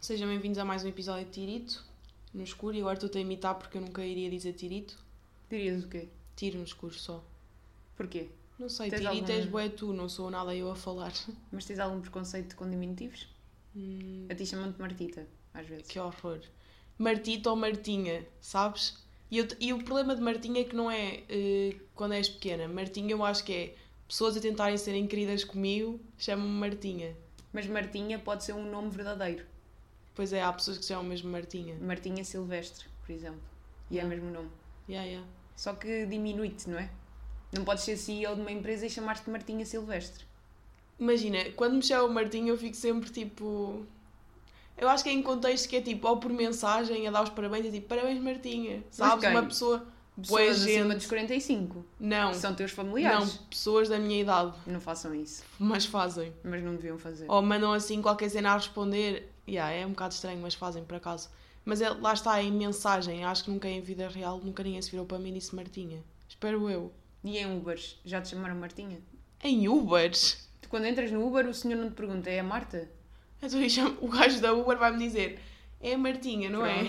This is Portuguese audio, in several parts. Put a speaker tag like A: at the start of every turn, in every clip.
A: Sejam bem-vindos a mais um episódio de Tirito no escuro. E agora estou-te a imitar porque eu nunca iria dizer Tirito.
B: Dirias o quê?
A: Tiro no escuro só.
B: Porquê?
A: Não sei,
B: Tens
A: Tirito
B: algum-
A: és bué tu, não sou nada eu a falar.
B: Mas tens algum preconceito com diminutivos?
A: Hum,
B: A ti chamam-te Martita, às vezes.
A: que horror. Martita ou Martinha, sabes? E, eu- e o problema de Martinha é que não é eh, quando és pequena. Martinha eu acho que é pessoas a tentarem serem queridas comigo chamam-me Martinha.
B: Mas Martinha pode ser um nome verdadeiro.
A: Pois é, há pessoas que se chamam mesmo Martinha.
B: Martinha Silvestre, por exemplo. E é o
A: Yeah.
B: mesmo nome.
A: Yeah, yeah.
B: Só que diminui-te, não é? Não podes ser CEO de uma empresa e chamar-te Martinha Silvestre.
A: Imagina, quando me chama o Martinho eu fico sempre tipo. Eu acho que é em contexto que é tipo, ou por mensagem, a dar os parabéns, é tipo, parabéns Martinha. Sabes?
B: quem?
A: Uma pessoa. Boa
B: Pessoas acima
A: gente.
B: dos 45.
A: Não,
B: que São teus familiares.
A: não, pessoas da minha idade,
B: Não. façam isso.
A: mas fazem.
B: Mas não deviam fazer.
A: Ou mandam assim qualquer cena a responder. Yeah, é um bocado estranho, mas fazem por acaso. Mas é, lá está, é em mensagem. Acho que nunca em vida real, nunca ninguém se virou para mim e disse Martinha. Espero eu.
B: E em Ubers? Já te chamaram Martinha?
A: Em Ubers?
B: Tu, quando entras no Uber, o senhor não te pergunta, é a Marta?
A: Então, eu chamo- o gajo da Uber vai-me dizer: é a Martinha, não é?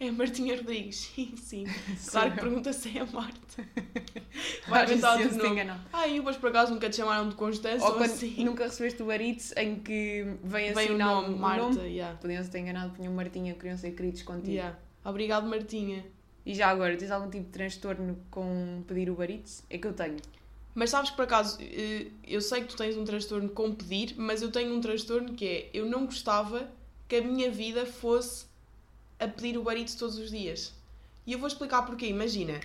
A: É a Martinha Rodrigues. Sim, sim. Claro que pergunta se é a Marta. Vai
B: Às vezes
A: inventar outro
B: se
A: nome.
B: enganam.
A: Ah, e Ubers por acaso nunca te chamaram de Constância
B: Ou
A: ou,
B: quando
A: assim?
B: nunca recebeste o Uber Eats em que vem assim
A: Vem
B: um
A: o
B: assinar
A: nome, Marta. Yeah.
B: Podiam-se ter enganado, punham Martinha, queriam ser queridos contigo.
A: Yeah. Obrigado, Martinha.
B: E já agora, tens algum tipo de transtorno com pedir Uber Eats? É que eu tenho.
A: Mas sabes que por acaso, eh, eu sei que tu tens um transtorno com pedir, mas eu tenho um transtorno que é: eu não gostava que a minha vida fosse a pedir o barito todos os dias. E eu vou explicar porquê. Imagina,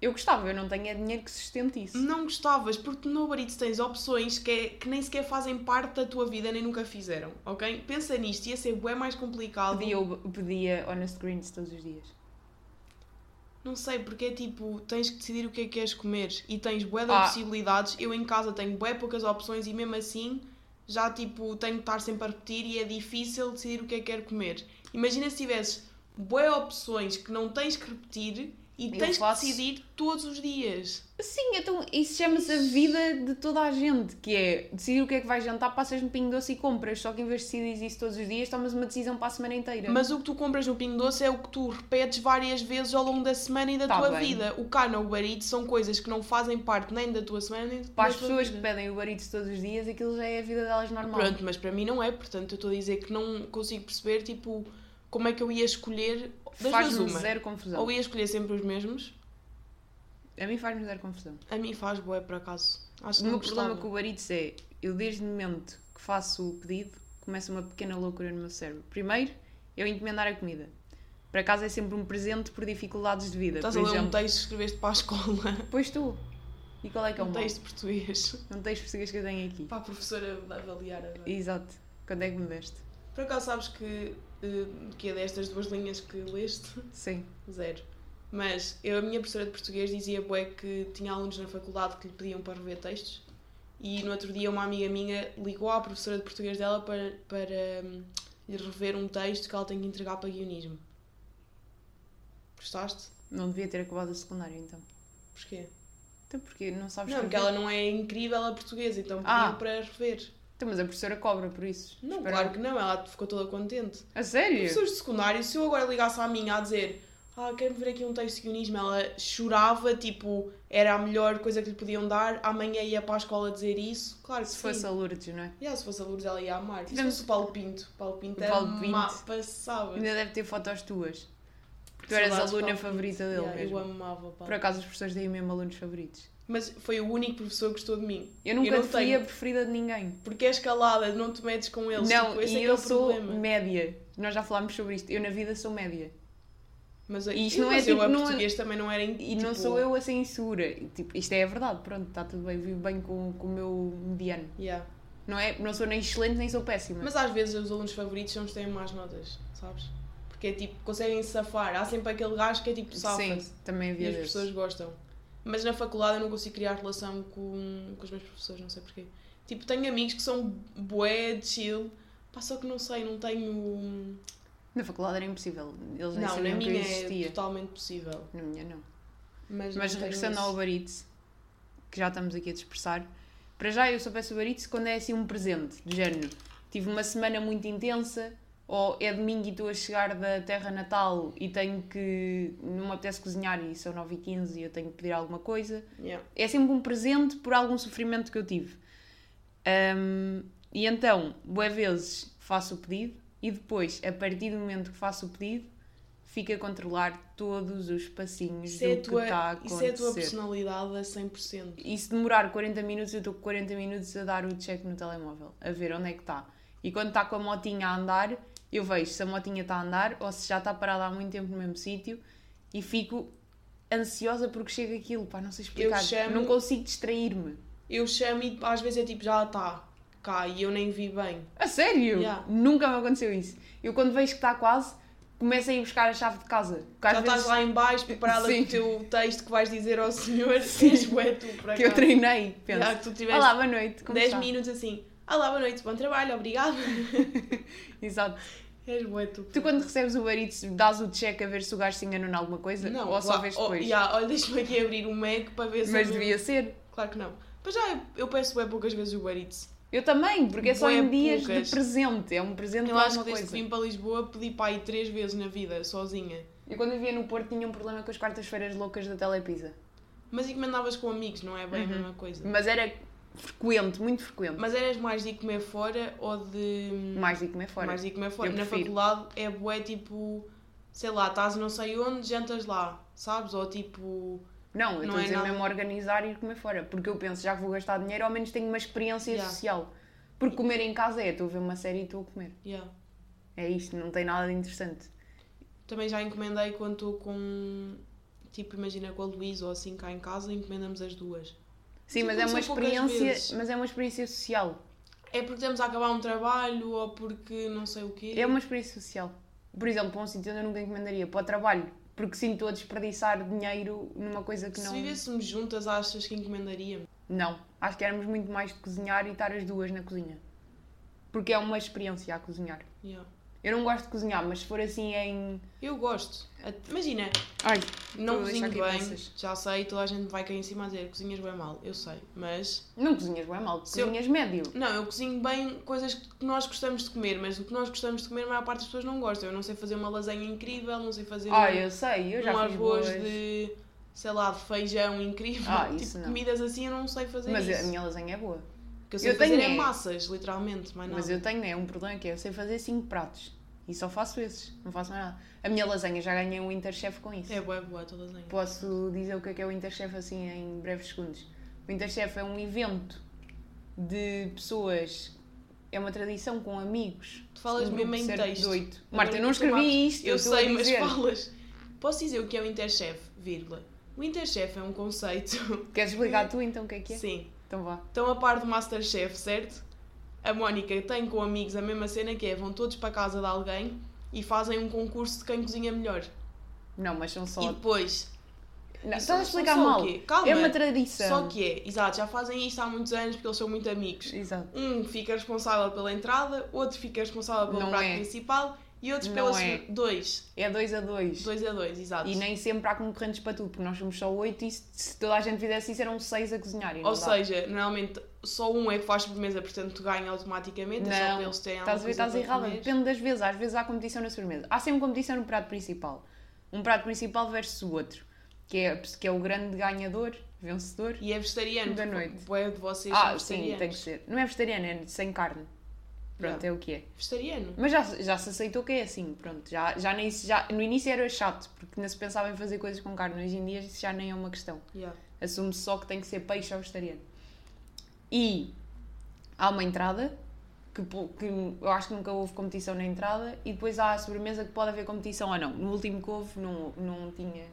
B: Eu gostava, eu não tenho é dinheiro que sustente isso.
A: Não gostavas, porque no Uber Eats tens opções que, é- que nem sequer fazem parte da tua vida, nem nunca fizeram, ok? Pensa nisto, ia ser bem mais complicado.
B: Pedia, Uber- pedia Honest Greens todos os dias.
A: Não sei, porque é tipo, tens que decidir o que é que queres comer e tens bué de
B: Ah.
A: possibilidades. Eu em casa tenho bué poucas opções e mesmo assim já tipo, tenho que estar sempre a repetir e é difícil decidir o que é que quero comer. Imagina se tivesses bué opções que não tens que repetir e
B: Eu
A: tens
B: faço-
A: que decidir todos os dias.
B: Sim, então isso chama-se a vida de toda a gente, que é decidir o que é que vais jantar, passas no pingo doce e compras. Só que em vez de decidir isso todos os dias, tomas uma decisão para a semana inteira.
A: Mas o que tu compras no Pingo Doce é o que tu repetes várias vezes ao longo da semana e da
B: Tá
A: tua
B: bem.
A: vida. O cano ou o Uber Eats são coisas que não fazem parte nem da tua semana nem da tua
B: Para as pessoas que
A: vida.
B: pedem Uber Eats todos os dias, aquilo já é a vida delas normal.
A: Pronto, mas para mim não é. Portanto, eu estou a dizer que não consigo perceber, tipo, como é que eu ia escolher das duas
B: Faz-me
A: uma.
B: um, zero confusão.
A: Ou ia escolher sempre os mesmos.
B: A mim faz-me zero confusão.
A: A mim faz boé, por acaso. Acho que
B: O
A: não
B: meu problema
A: gostava.
B: com o Uber Eats é, eu desde o momento que faço o pedido, começa uma pequena loucura no meu cérebro. Primeiro, eu encomendar a comida. Para casa é sempre um presente por dificuldades de vida.
A: Estás a
B: por
A: ler um
B: exemplo,
A: texto que escreveste para a escola.
B: pois tu. E qual é que é o
A: Um
B: mal?
A: texto de português.
B: Não tens português que eu tenho aqui.
A: Para a professora avaliar a...
B: Exato. Quando é que me deste?
A: Por acaso sabes que, eh, que é destas duas linhas que leste?
B: Sim.
A: Zero. Mas eu, a minha professora de português dizia bué que tinha alunos na faculdade que lhe pediam para rever textos e no outro dia uma amiga minha ligou à professora de português dela para, para hum, lhe rever um texto que ela tem que entregar para guionismo. Gostaste?
B: Não devia ter acabado o secundário, então.
A: Porquê?
B: Então porquê? Não sabes
A: Não, porque
B: escrever?
A: ela não é incrível, ela é portuguesa, então pediu
B: Ah.
A: para rever.
B: Então, mas a professora cobra por isso.
A: Não,
B: Espera.
A: claro que não, ela ficou toda contente.
B: A sério?
A: Professores de secundário, se eu agora ligasse à minha a dizer ah, quero-me ver aqui um texto de guionismo, ela chorava, tipo, era a melhor coisa que lhe podiam dar, amanhã ia para a escola dizer isso. Claro que
B: Se fosse
A: sim.
B: a Lourdes, não é?
A: Yeah, se fosse a Lourdes, ela ia amar. Se
B: Tivemos-
A: fosse o Paulo Pinto, Paulo Pinto
B: O
A: era
B: Paulo Pinto.
A: ma- passava.
B: Ainda deve ter fotos tuas. Tu eras a
A: Saudades do
B: aluna
A: Paulo
B: favorita
A: Pinto.
B: dele
A: Yeah,
B: mesmo.
A: Eu amava o
B: Por
A: Paulo.
B: acaso os professores têm mesmo alunos favoritos.
A: Mas foi o único professor que gostou de mim.
B: Eu nunca
A: não
B: fui
A: tenho.
B: a preferida de ninguém.
A: Porque é escalada, não te metes com eles.
B: não,
A: tipo, esse é
B: e
A: que
B: eu
A: é o
B: sou
A: problema.
B: média. Nós já falámos sobre isto. Eu na vida sou média.
A: Mas,
B: E isto
A: eu-
B: não é
A: mas eu
B: tipo,
A: a
B: não é-
A: português também não era tipo,
B: E não sou eu a ser insegura. E, Tipo, isto é a verdade, pronto, está tudo bem, vivo bem com, com o meu mediano.
A: Yeah.
B: Não, é, não sou nem excelente nem sou péssima.
A: Mas às vezes os alunos favoritos são os que têm mais notas, sabes? Porque é tipo, conseguem safar. Há sempre aquele gajo que é tipo, safa-se.
B: Sim, também
A: E
B: havia
A: as
B: desses.
A: pessoas gostam. Mas na faculdade eu não consigo criar relação com, com os meus professores, não sei porquê. Tipo, tenho amigos que são bué de chill, pá, só que não sei, não tenho.
B: Na faculdade era impossível. Eles
A: Não,
B: nem
A: na
B: sabiam que eu
A: minha é
B: existia.
A: totalmente possível.
B: Na minha não.
A: Mas,
B: Mas
A: não tenho
B: regressando
A: isso.
B: ao Uber Eats, que já estamos aqui a dispersar, para já eu só peço Uber Eats quando é assim um presente, de género. Tive uma semana muito intensa, Ou é domingo e estou a chegar da terra natal e tenho que. não me apetece cozinhar e são 9h15 e eu tenho que pedir alguma coisa.
A: Yeah.
B: É sempre um presente por algum sofrimento que eu tive. Ahm, e então, boé vezes faço o pedido e depois, a partir do momento que faço o pedido, fico a controlar todos os passinhos
A: Isso,
B: do
A: é a
B: que
A: tua,
B: está a
A: isso é a tua
B: acontecer.
A: personalidade a 100%.
B: E se demorar 40 minutos, eu estou com 40 minutos a dar o check no telemóvel, a ver onde é que está. E quando está com a motinha a andar, eu vejo se a motinha está a andar ou se já está parada há muito tempo no mesmo sítio e fico ansiosa porque chega aquilo, pá, não sei explicar.
A: chamo-
B: Não consigo distrair-me.
A: Eu chamo e às vezes é tipo, já está cá e eu nem vi bem.
B: A sério?
A: Yeah.
B: Nunca me aconteceu isso. Eu quando vejo que está quase, começo a ir buscar a chave de casa. Porque às
A: já estás
B: vezes
A: lá em baixo preparada com
B: Sim.
A: o teu texto que vais dizer ao senhor.
B: Sim.
A: És bué tu, por
B: que eu
A: acaso.
B: treinei, penso.
A: Já que tu tiveste
B: Olá, boa noite. Como
A: 10
B: está?
A: minutos assim. Olá, boa noite, bom trabalho, obrigado.
B: Exato.
A: És bué tu.
B: Tu quando recebes o Uber Eats, dás o check a ver se o gajo se enganou em alguma coisa?
A: Não,
B: ou só
A: claro,
B: vês
A: oh,
B: depois?
A: yeah, olha, deixa-me aqui abrir um Mac para ver se.
B: Mas
A: eu-
B: devia ser.
A: Claro que não. Mas já, eu, eu peço bem poucas vezes o Uber Eats.
B: Eu também, porque é só
A: Bué
B: em dias
A: poucas.
B: de presente. É um presente
A: Eu
B: de
A: acho que
B: alguma
A: desde que
B: coisa.
A: vim para Lisboa pedi para aí três vezes na vida, sozinha.
B: Eu quando vivia no Porto tinha um problema com as quartas-feiras loucas da Telepisa.
A: Mas encomendavas com amigos, não é
B: Uhum.
A: bem a mesma coisa.
B: Mas era frequente, muito frequente.
A: Mas eras mais de ir comer fora ou de. hum,
B: Mais de comer fora.
A: Mais de ir comer fora.
B: Eu
A: é Na
B: prefiro.
A: faculdade é bué tipo. Sei lá, estás não sei onde, jantas lá, sabes? Ou tipo. Não
B: Não, eu estou a
A: é
B: dizer
A: nada.
B: mesmo organizar e ir comer fora. Porque eu penso, já que vou gastar dinheiro, ao menos tenho uma experiência
A: Yeah.
B: social. Porque comer em casa é, estou a ver uma série e estou a comer.
A: Yeah.
B: É isto, não tem nada de interessante.
A: Também já encomendei quando estou com. Tipo, imagina com a Luísa ou assim cá em casa, encomendamos as duas.
B: Sim,
A: Sim,
B: mas é uma
A: mas são poucas vezes.
B: experiência, mas é uma experiência social.
A: É porque estamos a acabar um trabalho ou porque não sei o quê.
B: É uma experiência social. Por exemplo, para um sítio onde eu nunca encomendaria, para o trabalho, porque sinto a desperdiçar dinheiro numa coisa que
A: Se
B: não.
A: vivêssemos juntas, achas que encomendaria?
B: Não. Acho que éramos muito mais de cozinhar e estar as duas na cozinha. Porque é uma experiência a cozinhar.
A: Yeah.
B: Eu não gosto de cozinhar, mas se for assim em.
A: Eu gosto. At- Imagina,
B: Ai,
A: não
B: Vou deixar
A: cozinho
B: aqui
A: bem,
B: peças.
A: já sei, toda a gente vai cair em cima a dizer cozinhas bem mal, eu sei, mas.
B: não cozinhas bem mal,
A: Se eu-
B: cozinhas médio.
A: Não, eu cozinho bem coisas que nós gostamos de comer, mas do que nós gostamos de comer, a maior parte das pessoas não gosta. Eu não sei fazer uma lasanha incrível, não sei fazer
B: Ah,
A: um-
B: eu sei, eu já
A: um
B: fiz
A: arroz
B: boas.
A: de, sei lá, de feijão incrível.
B: Ah,
A: tipo,
B: isso não.
A: comidas assim eu não sei fazer
B: Mas
A: isso.
B: a minha lasanha é boa.
A: O que eu sei
B: eu
A: fazer
B: tenho
A: é
B: é-
A: massas, literalmente, mais nada.
B: Mas eu tenho, é um problema que é, eu sei fazer cinco pratos. E só faço esses, não faço mais nada. A minha lasanha já ganhei um Interchef com isso.
A: É boa, é boa, toda lasanha.
B: Posso dizer o que é, que é o Interchef assim em breves segundos. O Interchef é um evento de pessoas, é uma tradição com amigos.
A: Tu falas
B: Um grupo
A: mesmo em
B: certo de
A: texto.
B: oito.
A: Eu
B: Marta, eu não
A: estou a-
B: escrevi isto.
A: Eu
B: estou a
A: sei, mas
B: dizer.
A: falas. Posso dizer o que é o Interchef, vírgula. O Interchef é um conceito.
B: Queres explicar tu então o que é que é?
A: Sim.
B: Então vá.
A: Estão a par do Masterchef, certo? A Mónica tem com amigos a mesma cena que é: vão todos para casa de alguém e fazem um concurso de quem cozinha melhor.
B: Não, mas são só.
A: E depois
B: Não,
A: e
B: estás
A: são-
B: a explicar
A: são só o
B: mal.
A: quê? Calma.
B: É uma tradição.
A: Só que é, exato, já fazem isto há muitos anos porque eles são muito amigos.
B: Exato.
A: Um fica responsável pela entrada, outro fica responsável pelo
B: Não
A: prato
B: é.
A: principal e outros
B: Não
A: pela
B: é.
A: segunda. Dois.
B: É dois a dois.
A: Dois a dois, exato.
B: E nem sempre há concorrentes para tudo, porque nós somos só oito e se- se toda a gente fizesse isso eram seis a cozinhar. e não
A: Ou
B: dá.
A: seja, normalmente só um é que faz sobremesa, portanto tu ganha automaticamente, é só
B: Não,
A: para eles terem
B: Estás a
A: alguma
B: ver, estás
A: coisa para
B: errada.
A: comer.
B: Depende das vezes. Às vezes há competição na sobremesa. Há sempre competição no prato principal. Um prato principal versus o outro. Que é, que é o grande ganhador, vencedor.
A: E é vegetariano.
B: Da
A: porque
B: noite.
A: bué de vocês são
B: ah, sim,
A: vegetarianos.
B: tem que ser. Não é vegetariano, é sem carne. Pronto,
A: Yeah.
B: é o que é.
A: Vegetariano.
B: Mas já, já se aceitou que é assim, pronto. Já, já nem, se- já, no início era chato, porque não se pensava em fazer coisas com carne. Hoje em dia isso já nem é uma questão.
A: Yeah.
B: Assume-se só que tem que ser peixe ou vegetariano. E há uma entrada, que, po- que eu acho que nunca houve competição na entrada, e depois há a sobremesa que pode haver competição ou não. No último que houve não, não, tinha,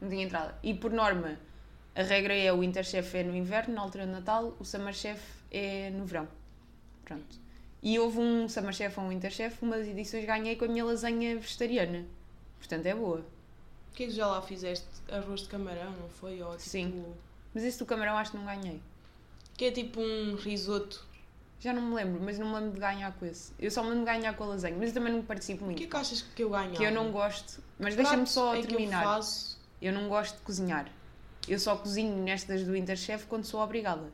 B: não tinha entrada. E por norma, a regra é o Interchef é no inverno, na altura de Natal, o Summerchef é no verão. Pronto. E houve um Summerchef ou um Interchef, uma das edições ganhei com a minha lasanha vegetariana. Portanto, é boa.
A: O que é que já lá fizeste? Arroz de camarão, não foi? Ou, tipo,
B: Sim. Mas esse do camarão acho que não ganhei.
A: Que é tipo um risoto.
B: Já não me lembro, mas não me lembro de ganhar com esse. Eu só me lembro de ganhar com a lasanha, mas eu também não
A: O
B: participo
A: que
B: muito.
A: é que achas que eu ganhava?
B: Que eu não gosto. Mas deixa-me
A: Pratos
B: só
A: é que eu
B: terminar.
A: faço-
B: Eu, não gosto de cozinhar. Eu só cozinho nestas do Interchef quando sou obrigada.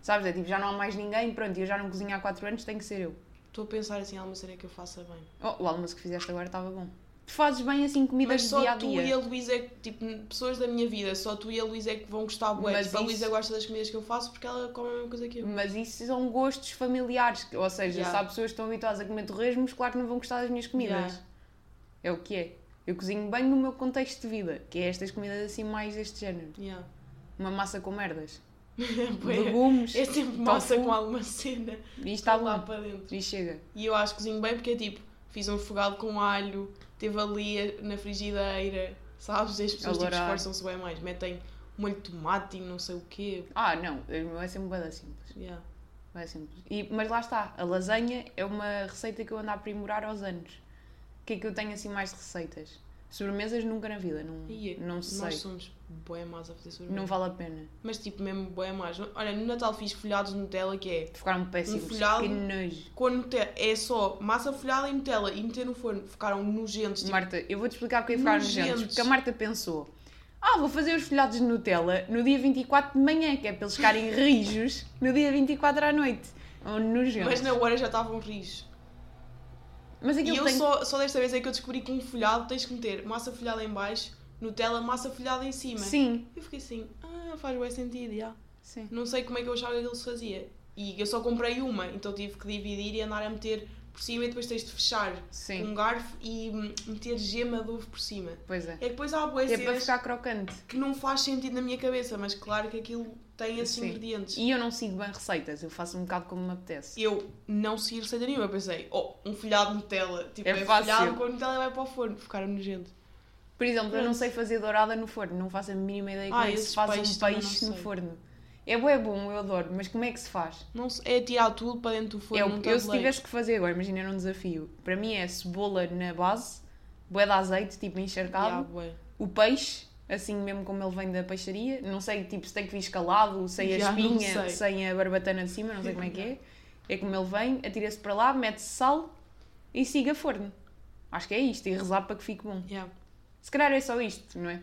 B: Sabes? É tipo, já não há mais ninguém, pronto, eu já não cozinho há 4 anos, tem que ser eu.
A: Estou a pensar assim, há uma cena que eu faça bem.
B: Oh, o almoço que fizeste agora estava bom. Tu fazes bem assim comidas
A: Mas
B: de
A: só
B: dia a
A: tu e
B: dia.
A: a Luísa, é que, tipo, pessoas da minha vida, só tu e a Luísa é que vão gostar bué.
B: Mas
A: Tipo, a
B: isso- Hum.
A: Luísa gosta das comidas que eu faço porque ela come a mesma coisa que eu.
B: Mas isso são gostos familiares. que- Ou seja,
A: Yeah.
B: se há pessoas que estão habituadas a comer torresmos, claro que não vão gostar das minhas comidas.
A: Yeah.
B: É o que é. Eu cozinho bem no meu contexto de vida, que é estas comidas assim mais deste género.
A: Yeah.
B: Uma massa com merdas.
A: Bué.
B: Legumes.
A: É sempre massa
B: tofu.
A: com alguma cena.
B: E está
A: lá
B: bom.
A: para dentro.
B: E chega.
A: E eu acho que cozinho bem porque é tipo, fiz um fogado com alho, teve ali a- na frigideira, sabes? As pessoas tipo,
B: Adorar.
A: esforçam-se bem mais, metem molho de tomate e não sei o quê.
B: Ah, não. O meu é sempre bada simples.
A: Yeah.
B: Bué simples. E, mas lá está. A lasanha é uma receita que eu ando a aprimorar aos anos. O que é que eu tenho assim mais de receitas? Sobremesas nunca na vida. Não,
A: E é,
B: não
A: nós
B: sei.
A: somos bué más a fazer sobremesa.
B: Não vale a pena.
A: Mas tipo, mesmo bué más. Olha, no Natal fiz folhados de Nutella que é
B: Ficaram péssimas.
A: folhado.
B: Que nojo.
A: com a Nutella, é só massa folhada e Nutella e meter no forno. Ficaram nojentos. Tipo,
B: Marta, eu vou-te explicar porque ficaram
A: Nojentos.
B: nojentos. Porque a Marta pensou: ah, vou fazer os folhados de Nutella no dia 24 de manhã, que é para eles ficarem rijos no dia 24 à noite. Oh, Ou nojentos.
A: mas na hora já estavam rijos.
B: Mas
A: E
B: aquilo
A: eu
B: tem.
A: só, só desta vez é que eu descobri que um folhado tens que meter massa folhada em baixo, Nutella, massa folhada em cima.
B: Sim,
A: Eu fiquei assim, ah, faz bem sentido, já.
B: sim.
A: Não sei como é que eu achava que aquilo se fazia. E eu só comprei uma, então tive que dividir e andar a meter por cima e depois tens de fechar
B: Sim.
A: um garfo e hum, meter gema de ovo por cima.
B: Pois é.
A: É que depois há boas
B: É para
A: cenas
B: ficar crocante.
A: que não faz sentido na minha cabeça, mas claro que aquilo tem esses
B: Sim.
A: ingredientes.
B: E eu não sigo bem receitas, eu faço um bocado como me apetece.
A: Eu não segui receita nenhuma, eu pensei, oh, um folhado de Nutella. Tipo,
B: É
A: é,
B: fácil.
A: folhado com Nutella e vai para o forno. Ficaram nojento.
B: Por exemplo, eu não
A: Pronto.
B: sei fazer dourada no forno, não faço a mínima ideia como
A: Ah,
B: é que se
A: esses
B: faz
A: peixes
B: um
A: também
B: peixe
A: não
B: no
A: sei.
B: forno. É bom, é bom, eu adoro, mas como é que se faz?
A: Não sei, é tirar tudo para dentro do forno.
B: É o-
A: num
B: eu se
A: tabuleiro.
B: tivesse que fazer agora, imagina era um desafio. Para mim é cebola na base, bué de azeite, tipo encharcado,
A: Ya, bué.
B: o peixe, assim mesmo como ele vem da peixaria. Não sei, tipo, se tem que vir escalado, sem a
A: Já, não
B: espinha,
A: sei.
B: sem a barbatana de cima, não sei como é que é. É como ele vem, atira-se para lá, mete-se sal e siga forno. Acho que é isto, e rezar para que fique bom.
A: Ya,
B: Se calhar é só isto, não é?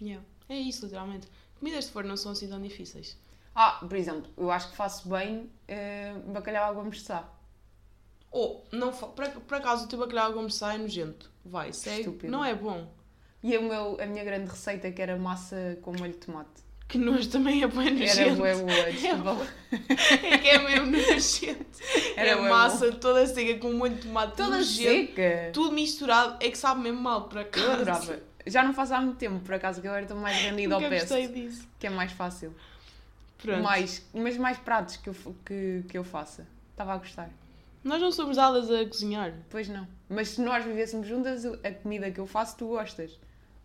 A: ya. É isso, literalmente. Comidas de forno não são assim tão difíceis.
B: Ah, por exemplo, eu acho que faço bem eh, bacalhau à água mexessá.
A: Ou, não fa- por, ac- por acaso o teu bacalhau como sai é nojento. Vai, segue.
B: Estúpido.
A: Não é bom.
B: E o meu, a minha grande receita que era massa com molho de tomate.
A: Que nós também é bom nojento.
B: Era bué boa, desculpa.
A: É que é mesmo nojento.
B: Era
A: é
B: bué
A: massa toda seca com muito tomate.
B: Toda
A: nojento,
B: seca.
A: Tudo misturado. É que sabe mesmo mal, por acaso.
B: Eu adorava. Já não faço há muito tempo, por acaso, que eu agora estou mais rendida ao
A: Nunca gostei
B: pesto,
A: disso.
B: que é mais fácil.
A: Pronto.
B: Mais, mas mais pratos que eu, f- que, que eu faça. Estava a gostar.
A: Nós não somos dadas a cozinhar.
B: Pois não. Mas se nós vivêssemos juntas, a comida que eu faço, tu gostas.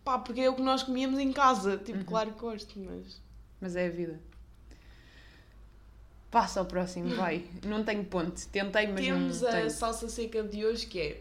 A: Pá, porque é o que nós comíamos em casa. Tipo,
B: Uhum.
A: claro que gosto, mas...
B: Mas é a vida. Passa ao próximo, vai. Não tenho ponte. Tentei, mas
A: Temos
B: não
A: a
B: tenho.
A: salsa seca de hoje que é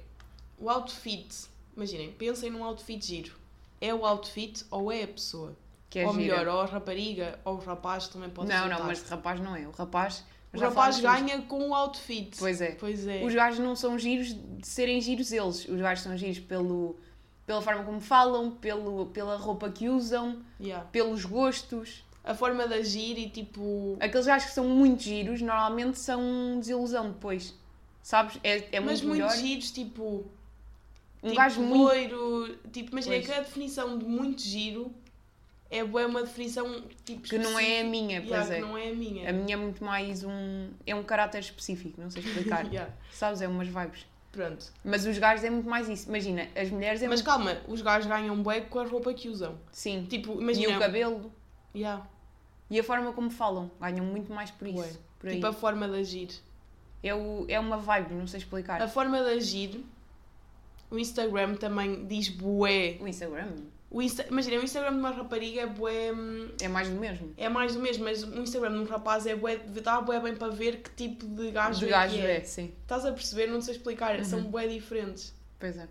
A: o outfit. Imaginem, pensem num outfit giro. É o outfit ou é a pessoa?
B: Que é
A: ou
B: gira.
A: melhor, ou a rapariga ou o rapaz também pode
B: não,
A: resultar.
B: não, mas de rapaz não é. O rapaz...
A: O
B: já
A: rapaz
B: falámos
A: ganha com o outfit.
B: Pois é.
A: Pois é.
B: Os gajos não são giros de serem giros eles. Os gajos são giros pelo, pela forma como falam, pelo, pela roupa que usam,
A: Yeah.
B: pelos gostos.
A: A forma de agir e tipo.
B: Aqueles gajos que são muito giros normalmente são desilusão depois. Sabes? É, é
A: mas
B: muito
A: muito
B: melhor.
A: giros, tipo.
B: um
A: tipo,
B: gajo muito.
A: loiro. Tipo, imagina
B: Pois.
A: que a definição de muito giro é bué uma definição tipo.
B: que não é a
A: específica.
B: minha,
A: Yeah,
B: pois
A: que não é a
B: é. A
A: minha.
B: minha é muito mais um. É um caráter específico, não sei explicar.
A: Yeah.
B: Sabes? É umas vibes.
A: Pronto.
B: Mas os gajos é muito mais isso. Imagina, as mulheres é
A: Mas
B: muito.
A: calma, os gajos ganham bué com a roupa que usam.
B: Sim.
A: Tipo,
B: E o
A: imagina.
B: cabelo.
A: Yeah,
B: E a forma como falam. Ganham muito mais por isso.
A: bué.
B: por aí.
A: tipo a forma de agir.
B: É, o- é uma vibe, não sei explicar.
A: A forma de agir. O Instagram também diz bué.
B: O Instagram
A: O Insta- Imagina, o Instagram de uma rapariga é bué. hum,
B: é mais do mesmo.
A: É mais do mesmo, mas o Instagram de um rapaz é bué. Dá bué bem para ver que tipo de gajo
B: De
A: é
B: gajo
A: que
B: é.
A: é.
B: sim.
A: Estás a perceber? Não sei explicar. São bué diferentes.
B: Pois é.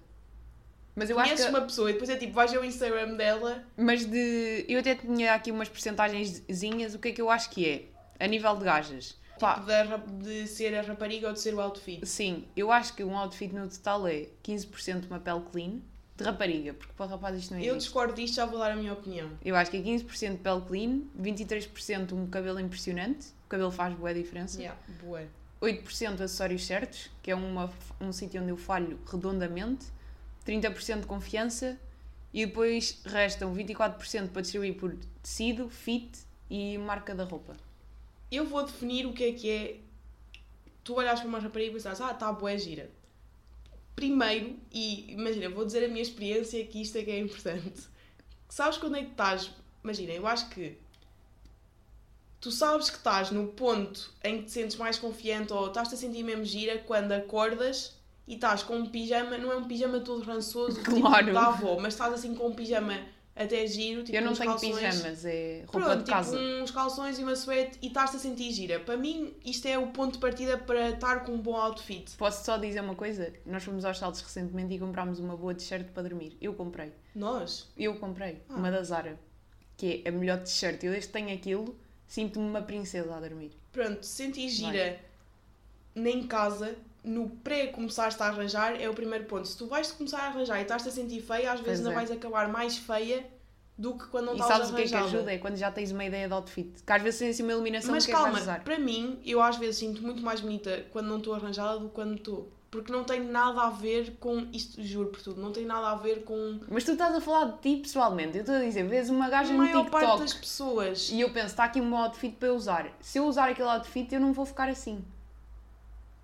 B: Mas eu acho
A: Conheces
B: que.
A: uma pessoa e depois é tipo, vais ao Instagram dela.
B: Mas de. Eu até tinha aqui umas porcentagenzinhas. O que é que eu acho que é? A nível de gajas. Pá,
A: Tipo, da ra- de ser a rapariga ou de ser o outfit.
B: sim, eu acho que um outfit no total é 15% uma pele clean de rapariga, porque para rapaz isto não
A: Eu
B: existe.
A: discordo disto, já vou dar a minha opinião.
B: Eu acho que é 15% pele clean, 23% um cabelo impressionante. O cabelo faz boa diferença.
A: Yeah, bué.
B: 8% acessórios certos, que é uma, um sítio onde eu falho redondamente, 30% de confiança e depois restam 24% para distribuir por tecido, fit e marca da roupa.
A: Eu vou definir o que é que é. Tu olhas para uma rapariga e pensas, ah, tá boa, gira. Primeiro, e imagina, vou dizer a minha experiência que isto é que é importante. Sabes quando é que estás. Imagina, eu acho que tu sabes que estás no ponto em que te sentes mais confiante ou estás-te a sentir mesmo gira quando acordas e estás com um pijama, não é um pijama todo rançoso,
B: Claro.
A: tipo da avó, mas estás assim com um pijama até giro, tipo
B: eu não
A: uns
B: tenho
A: calções.
B: pijamas, é roupa
A: Pronto,
B: de casa.
A: tipo uns calções e uma suéte e estás-te a sentir gira. Para mim, isto é o ponto de partida para estar com um bom outfit.
B: Posso só dizer uma coisa? Nós fomos aos saltos recentemente e comprámos uma boa t-shirt para dormir. Eu comprei.
A: Nós?
B: Eu comprei.
A: Ah.
B: Uma da Zara. Que é a melhor t-shirt. Eu desde que tenho aquilo, sinto-me uma princesa a dormir.
A: Pronto, se sentir gira nem em casa, no pré-começares-te a arranjar, é o primeiro ponto. Se tu vais começar a arranjar e estás-te a sentir feia, às
B: Pois
A: vezes ainda
B: é.
A: vais acabar mais feia do que quando não
B: e
A: estavas
B: sabes
A: arranjada.
B: o que é que ajuda? É quando já tens uma ideia de outfit. Que às vezes tens assim uma iluminação
A: Mas
B: do que é que
A: calma,
B: vais usar.
A: para mim, eu às vezes sinto muito mais bonita quando não estou arranjada do que quando estou. Porque não tem nada a ver com isto, juro por tudo, não tem nada a ver com
B: Mas tu estás a falar de ti pessoalmente. Eu estou a dizer, vês uma
A: a
B: gaja no
A: maior
B: TikTok
A: parte das pessoas.
B: e eu penso, está aqui um bom outfit para eu usar. Se eu usar aquele outfit, eu não vou ficar assim.
A: Tipo,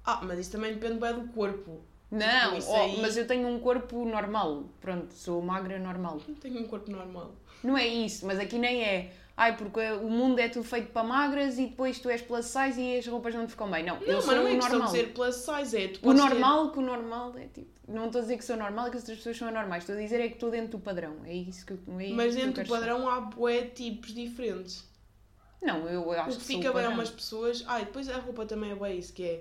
A: Ah, mas isso também depende bem do corpo.
B: Não,
A: isso
B: oh,
A: aí-
B: mas eu tenho um corpo normal. Pronto, sou magra normal.
A: Não tenho um corpo normal.
B: Não é isso, mas aqui nem é. Ai, porque o mundo é tudo feito para magras e depois tu és plus size e as roupas não te ficam bem. Não,
A: Não,
B: eu
A: mas
B: sou
A: não é
B: o
A: questão
B: normal.
A: de ser plus size, é tu
B: O
A: podes ter-
B: normal, que o normal é tipo. Não estou a dizer que sou normal, que as outras pessoas são anormais. Estou a dizer é que estou dentro do padrão. É isso que eu. É isso
A: Mas
B: que eu
A: dentro
B: quero
A: do padrão há bué tipos diferentes.
B: ser. Não, eu, eu acho
A: o que
B: sou um
A: fica bem a
B: padrão.
A: umas pessoas. Ah, e depois a roupa também é bem isso, que é.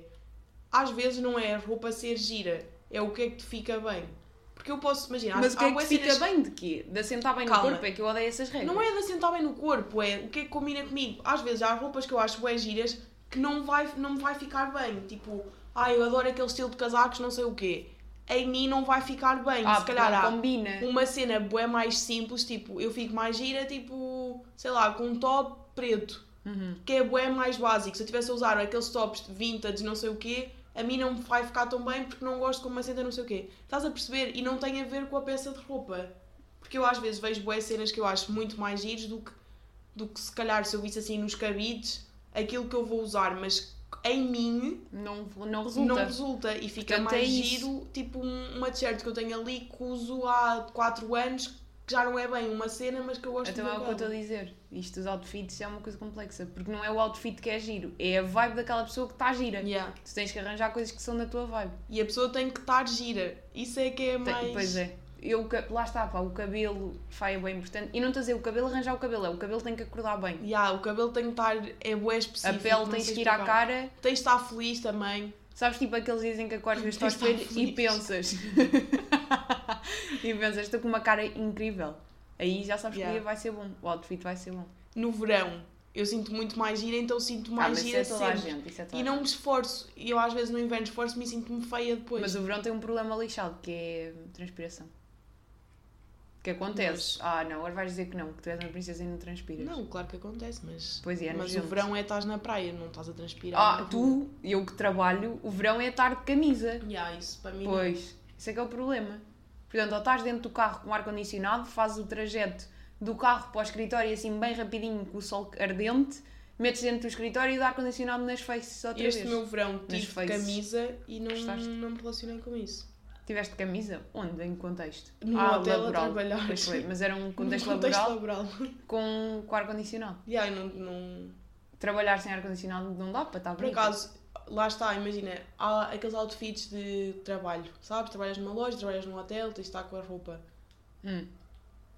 A: Às vezes não é a roupa ser gira, é o que é que te fica bem. Porque eu posso, imagina,
B: Mas o que
A: há
B: é que
A: bué
B: fica
A: cenas
B: bem de quê? De assentar bem
A: Calma.
B: no corpo? É que eu odeio essas regras.
A: Não é de assentar bem no corpo, é o que é que combina comigo. Às vezes há roupas que eu acho bué giras que não, vai, não me vai ficar bem. Tipo, ah, eu adoro aquele estilo de casacos, não sei o quê. Em mim não vai ficar bem.
B: Ah,
A: Se calhar
B: não
A: há
B: combina.
A: uma cena bué mais simples, tipo, eu fico mais gira, tipo, sei lá, com um top preto.
B: Uhum.
A: Que é bué mais básico. Se eu estivesse a usar aqueles tops de vintage, não sei o quê, a mim não me vai ficar tão bem porque não gosto com uma cena, não sei o quê. Estás a perceber? E não tem a ver com a peça de roupa. Porque eu às vezes vejo bué cenas que eu acho muito mais giros do que, do que se calhar se eu visse assim nos cabides, aquilo que eu vou usar, mas em mim
B: Não, não resulta.
A: não resulta e fica
B: Portanto, é
A: mais
B: isso.
A: giro, tipo um- uma t-shirt que eu tenho ali que uso há 4 anos, que já não é bem uma cena, mas que eu gosto
B: Então é o que eu
A: muito.
B: estou a dizer. Isto dos outfits é uma coisa complexa. Porque não é o outfit que é giro, é a vibe daquela pessoa que está gira.
A: Yeah.
B: Tu tens que arranjar coisas que são da tua vibe.
A: E a pessoa tem que estar gira. Isso é que é
B: Tem-
A: mais.
B: Pois é. Eu, ca- lá está, pá, o cabelo pá, é bem importante. E não estou a dizer o cabelo, arranjar o cabelo. É o cabelo tem que acordar bem.
A: Yeah, o cabelo tem que estar. É bué
B: a
A: específico.
B: pele
A: não
B: tens
A: sei
B: que ir à
A: explicar.
B: cara.
A: Tens de estar feliz também.
B: Sabes, tipo, aqueles dizem que acordas
A: Tens
B: para o
A: de estar
B: espelho e
A: feliz.
B: pensas. e pensas, estou com uma cara incrível. Aí já sabes que o
A: Yeah.
B: dia vai ser bom. O outfit vai ser bom.
A: No verão, eu sinto muito mais gira, então sinto
B: Ah,
A: mais
B: mas isso
A: gira
B: é toda a
A: sempre.
B: gente. Isso é toda
A: E
B: a
A: não me esforço. E eu às vezes no inverno esforço-me e sinto-me feia depois.
B: Mas o verão tem um problema lixado, que é transpiração. Que acontece. Ah, não, agora vais dizer que não, que tu és uma princesa e não transpiras.
A: Não, claro que acontece, mas.
B: Pois é,
A: mas o
B: nojento.
A: verão é estás na praia, não estás a transpirar. na
B: Ah,
A: rua.
B: tu, eu que trabalho, o verão é estar de camisa.
A: Yeah, isso para mim.
B: Pois, isso é que é o problema. Portanto, ou estás dentro do carro com ar-condicionado, fazes o trajeto do carro para o escritório assim bem rapidinho com o sol ardente, metes dentro do escritório e dá ar-condicionado nas faces outra
A: este
B: vez.
A: meu verão
B: Nas
A: tive de
B: faces.
A: camisa e não,
B: Gostaste?
A: não me relacionei com isso.
B: Tiveste camisa? Onde? Em que contexto? Ah,
A: No hotel a trabalhar.
B: Pois foi, mas era um contexto,
A: No contexto
B: laboral
A: laboral.
B: com, com ar-condicionado.
A: Yeah, eu não, não...
B: trabalhar sem ar-condicionado não dá para estar
A: Por
B: bonito.
A: acaso, lá está, imagina, há aqueles outfits de trabalho, sabes? Trabalhas numa loja, trabalhas num hotel, tens de estar com a roupa.
B: Hum,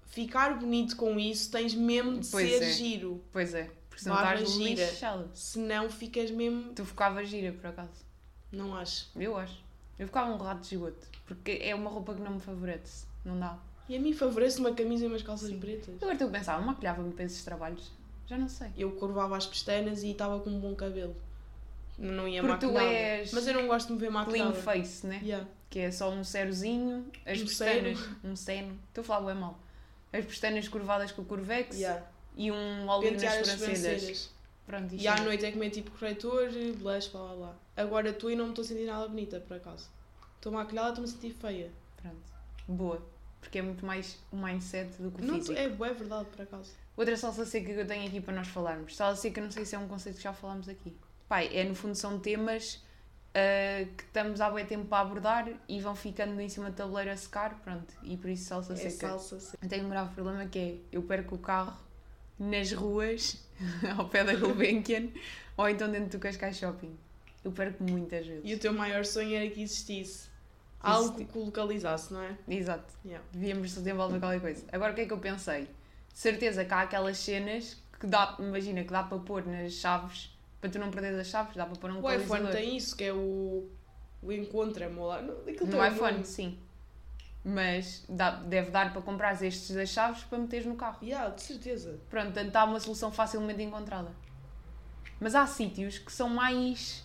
A: Ficar bonito com isso tens mesmo de
B: Pois
A: ser
B: é.
A: giro.
B: pois é, porque senão
A: Barba
B: estás
A: gira.
B: lixada.
A: Senão ficas mesmo.
B: Tu ficava gira, por acaso.
A: Não acho.
B: Eu acho. Eu ficava um rato de esgoto, porque é uma roupa que não me favorece. Não dá.
A: E a mim favorece uma camisa e umas calças pretas.
B: Eu agora estou a pensar, eu maquilhava-me para esses trabalhos. Já não sei.
A: Eu curvava as pestanas e estava com um bom cabelo. Não ia
B: Porque tu
A: maquinada.
B: és
A: Mas eu não gosto de me ver
B: Clean
A: maquinada.
B: face, né?
A: Yeah.
B: Que é só um cerozinho, as
A: Um
B: pestanas, um seno. Estou a falar bem mal. As pestanas curvadas com o Curvex
A: Yeah.
B: e um óleo
A: Pentear
B: nas
A: as
B: sobrancelhas.
A: sobrancelhas.
B: Pronto,
A: E à noite é comer tipo corretor, blush, blá blá blá. Agora estou e não me estou a sentir nada bonita, por acaso. Estou maquilhada, estou-me a sentir feia.
B: Pronto. Boa. Porque é muito mais o mindset do que o
A: Não,
B: físico.
A: é, é verdade, por acaso.
B: Outra salsa seca que eu tenho aqui para nós falarmos. Salsa seca, não sei se é um conceito que já falámos aqui. Pai, é no fundo são temas ah, que estamos há bem tempo para abordar e vão ficando em cima do tabuleiro a secar, pronto. E por isso salsa
A: É
B: seca.
A: salsa seca.
B: Eu tenho um grave problema que é, eu perco o carro nas ruas, ao pé da Gulbenkian, ou então dentro do Cascais Shopping. Eu perco muitas vezes.
A: E o teu maior sonho era que existisse algo
B: Existir.
A: que o localizasse, não é?
B: Exato.
A: Yeah.
B: Devíamos desenvolver qualquer coisa. Agora o que é que eu pensei? De certeza que há aquelas cenas que dá, imagina, que dá para pôr nas chaves, para tu não perderes as chaves, dá para pôr num
A: O iPhone
B: localizador.
A: tem isso, que é o, o encontra-me lá. Não, aquilo tem um
B: No iPhone,
A: nome.
B: sim. Mas dá- deve dar para comprar estes das chaves para meteres no carro.
A: Yeah, de certeza.
B: Pronto, portanto há uma solução facilmente encontrada. Mas há sítios que são mais.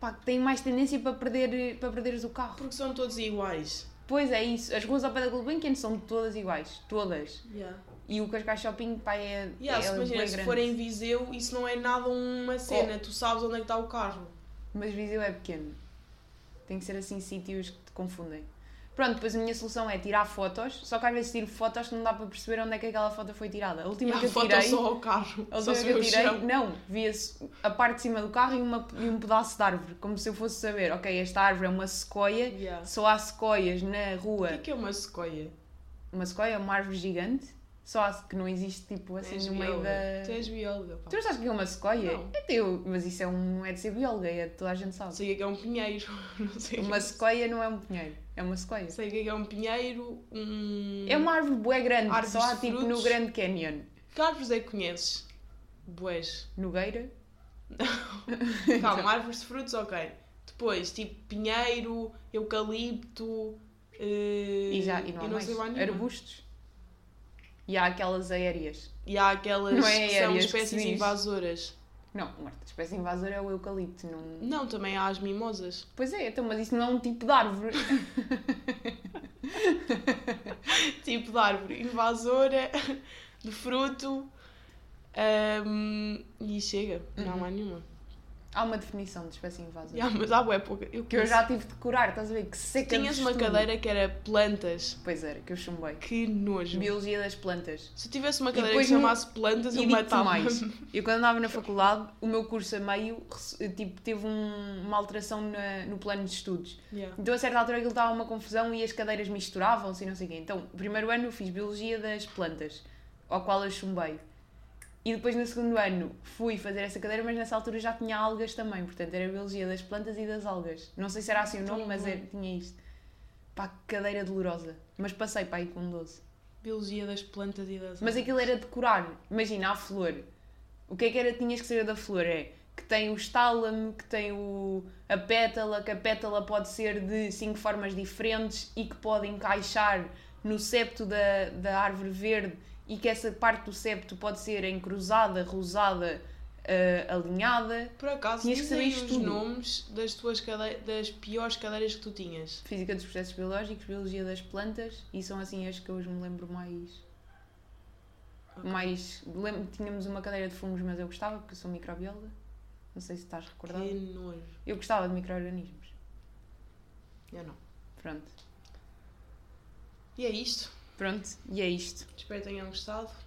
B: pá, que têm mais tendência para, perder, para perderes o carro.
A: Porque são todos iguais.
B: Pois é, isso. As ruas ao pé da Gulbenkian são todas iguais. Todas.
A: Yeah.
B: E o Cascais Shopping, pá, é.
A: Yeah,
B: é
A: se imagina,
B: bué
A: se
B: grande. Oh.
A: for em Viseu, isso não é nada uma cena. Tu sabes onde é que está o carro.
B: Mas Viseu é pequeno. Tem que ser assim sítios que te confundem. Pronto, depois a minha solução é tirar fotos, só que às vezes tiro fotos que não dá para perceber onde é que aquela foto foi tirada. A última
A: Yeah,
B: que eu
A: foto
B: tirei.
A: Ah, só ao carro.
B: A
A: Só
B: última
A: se
B: que
A: vê
B: eu
A: o
B: tirei,
A: chão.
B: não, via-se a parte de cima do carro e, uma, e um pedaço de árvore, como se eu fosse saber, ok, esta árvore é uma sequoia,
A: Yeah.
B: só há sequoias na
A: O que é
B: rua.
A: que é uma sequoia?
B: Uma sequoia é uma árvore gigante, só há que não existe tipo assim
A: És
B: no meio
A: bióloga.
B: da.
A: É Tu és bióloga, pá.
B: Tu não sabes o que é uma sequoia?
A: Não.
B: É teu, mas isso é um, não é de ser bióloga, é de toda a gente
A: Não
B: sabe.
A: sei o que é que é um pinheiro. Não sei. o que é
B: Uma sequoia não é um pinheiro, é uma sequoia.
A: Sei o que é que é um pinheiro, um...
B: É uma árvore bué grande,
A: Árvores
B: só há
A: de
B: tipo no
A: frutos.
B: Grande Canyon.
A: Que árvores é que conheces? Boas.
B: Nogueira?
A: Calma, árvores de frutos, ok. Depois, tipo, pinheiro, eucalipto... eh,
B: E já, e não há
A: eu
B: mais.
A: sei lá nenhuma.
B: Arbustos. E há aquelas aéreas.
A: E há aquelas
B: Não é
A: que são
B: aéreas que se
A: espécies
B: diz.
A: invasoras.
B: Não, Marta, a espécie invasora é o eucalipto. Não...
A: Não, também há as mimosas.
B: Pois é, então, mas isso não é um tipo de árvore.
A: tipo de árvore invasora, de fruto... ahm, e chega, não
B: Uhum.
A: há nenhuma.
B: Há uma definição de espécie invasora.
A: Yeah, mas há bué pouca. Eu
B: Que eu já tive de curar, estás a ver? Que seca de
A: Tinhas uma
B: estudo.
A: cadeira que era plantas.
B: Pois era, que eu chumbei.
A: Que nojo.
B: Biologia das plantas.
A: Se eu tivesse uma
B: E
A: cadeira que
B: depois no-
A: chamasse plantas,
B: E
A: eu
B: digo-te
A: matava.
B: um mais. Eu quando andava na faculdade, o meu curso a meio, rece- tipo, teve um- uma alteração na- no plano de estudos.
A: Yeah.
B: Então, a certa altura, aquilo estava uma confusão e as cadeiras misturavam-se e não sei o quê. Então, o primeiro ano eu fiz Biologia das Plantas, ao qual eu chumbei. E depois, no segundo ano, fui fazer essa cadeira, mas nessa altura já tinha algas também. Portanto, era Biologia das Plantas e das Algas. Não sei se era assim o nome,
A: Tão
B: mas
A: bom.
B: era- tinha isto. Pá, que cadeira dolorosa. Mas passei para aí com 12.
A: Biologia das plantas e das
B: Mas aquilo era decorar. Imagina, a flor. O que é que era tinhas que saber da flor? É que tem o estálamo, que tem o, a pétala, que a pétala pode ser de cinco formas diferentes e que pode encaixar no septo da, da árvore verde e que essa parte do septo pode ser encruzada, rosada, eh, alinhada.
A: Por acaso,
B: Tinhas que
A: diz
B: saber
A: aí
B: isto
A: os
B: tudo.
A: nomes das tuas cadeiras, das piores cadeiras que tu tinhas.
B: Física dos processos biológicos, biologia das plantas e são assim as que eu me lembro mais.
A: Ok.
B: Mais. lembro- tínhamos uma cadeira de fungos, mas eu gostava porque eu sou microbióloga. Não sei se estás recordada.
A: Que nojo.
B: Eu gostava de micro-organismos.
A: Eu não.
B: Pronto.
A: E é isto.
B: Pronto, e é isto.
A: Espero que tenham gostado.